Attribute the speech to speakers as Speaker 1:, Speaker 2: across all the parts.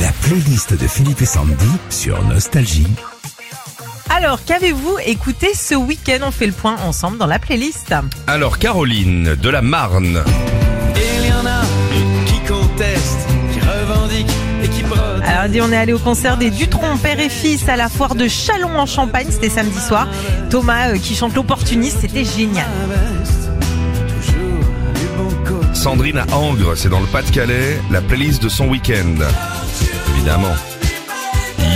Speaker 1: La playlist de Philippe et Sandy sur Nostalgie.
Speaker 2: Alors, qu'avez-vous écouté ce week-end On fait le point ensemble dans la playlist.
Speaker 3: Alors Caroline de la Marne.
Speaker 4: Il y en a qui contestent, qui revendiquent et qui protestent.
Speaker 2: Alors, dis, on est allé au concert des Dutron, père et fils, à la foire de Chalon en Champagne, c'était samedi soir. Thomas euh, qui chante l'opportuniste, c'était génial.
Speaker 4: La veste, toujours du bon côté.
Speaker 3: Sandrine à Angres, c'est dans le Pas-de-Calais, la playlist de son week-end. Évidemment.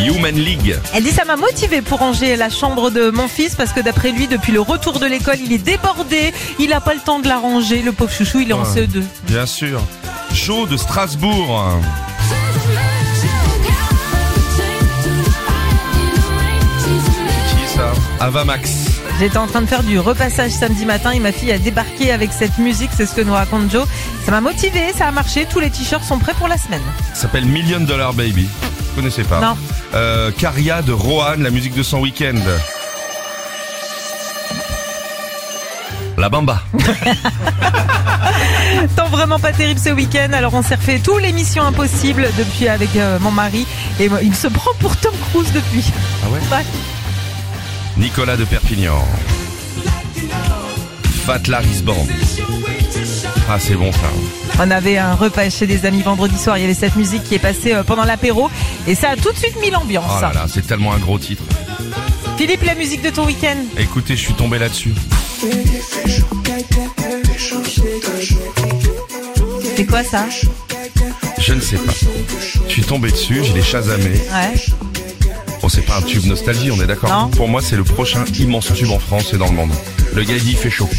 Speaker 3: Human League.
Speaker 2: Elle dit ça m'a motivé pour ranger la chambre de mon fils parce que d'après lui, depuis le retour de l'école, il est débordé, il n'a pas le temps de la ranger, le pauvre chouchou, il est en E
Speaker 3: Ouais.
Speaker 2: CE2.
Speaker 3: Bien sûr. Joe de Strasbourg. Qui ça Ava Max.
Speaker 2: J'étais en train de faire du repassage samedi matin et ma fille a débarqué avec cette musique, c'est ce que nous raconte Joe. Ça m'a motivé, ça a marché, tous les t-shirts sont prêts pour la semaine.
Speaker 3: s'appelle Million Dollar Baby. Vous connaissez pas
Speaker 2: Non.
Speaker 3: Euh, Caria de Rohan, la musique de son week-end. La Bamba.
Speaker 2: Temps vraiment pas terrible ce week-end, alors on s'est refait tous les missions impossibles depuis avec euh, mon mari et moi, il se prend pour Tom Cruise depuis.
Speaker 3: Ah ouais
Speaker 2: Bah,
Speaker 3: Nicolas de Perpignan. Fat Laris Band. Ah, c'est bon ça.
Speaker 2: On avait un repas chez des amis vendredi soir, il y avait cette musique qui est passée euh, pendant l'apéro et ça a tout de suite mis l'ambiance.
Speaker 3: Oh là là, c'est tellement un gros titre.
Speaker 2: Philippe, la musique de ton week-end
Speaker 3: Écoutez, je suis tombé là-dessus.
Speaker 2: C'est quoi ça
Speaker 3: Je ne sais pas. Je suis tombé dessus, je l'ai chasamé.
Speaker 2: Ouais.
Speaker 3: Bon, c'est pas un tube nostalgie, on est d'accord
Speaker 2: Non.
Speaker 3: Pour moi, c'est le prochain immense tube en France et dans le monde. Le gars, il dit, il fait chaud.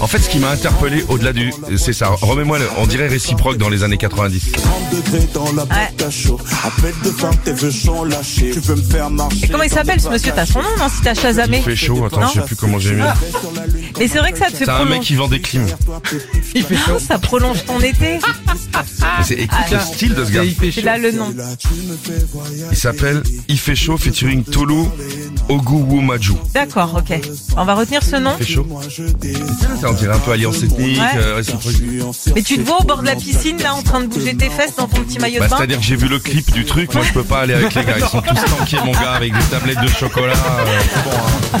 Speaker 3: En fait, ce qui m'a interpellé au-delà du... C'est ça, remets-moi, le- on dirait réciproque dans les années 90.
Speaker 5: 30 degrés dans la boîte à chaud. Appel de faim, tes vœux sont lâchés. Tu veux me faire marcher.
Speaker 2: Et comment il s'appelle ce monsieur T'as son nom, non, si t'as chasamé
Speaker 3: Il fait chaud, attends,
Speaker 2: Non.
Speaker 3: je sais plus comment j'ai mis.
Speaker 2: Mais Ah, c'est vrai que ça te fait
Speaker 3: C'est un mec
Speaker 2: prolonger.
Speaker 3: qui vend des clims.
Speaker 5: Il fait
Speaker 2: Ah, Ça prolonge ton été.
Speaker 3: Mais c'est- Écoute le style de ce gars.
Speaker 2: C'est là le nom.
Speaker 3: Il s'appelle Il fait chaud featuring Tolu Oguwu Maju.
Speaker 2: D'accord, ok. On va retenir ce nom.
Speaker 3: Il fait chaud. Ça, on dirait un peu alliance ethnique,
Speaker 2: Ouais.
Speaker 3: euh, réciproque.
Speaker 2: Mais tu te vois au bord de la piscine, là, en train de bouger tes fesses dans ton petit maillot
Speaker 3: Bah,
Speaker 2: de bain
Speaker 3: c'est-à-dire que j'ai vu le clip du truc, moi je peux pas aller avec les gars, ils sont tous tankés mon gars avec des tablettes de chocolat. euh, c'est bon, hein.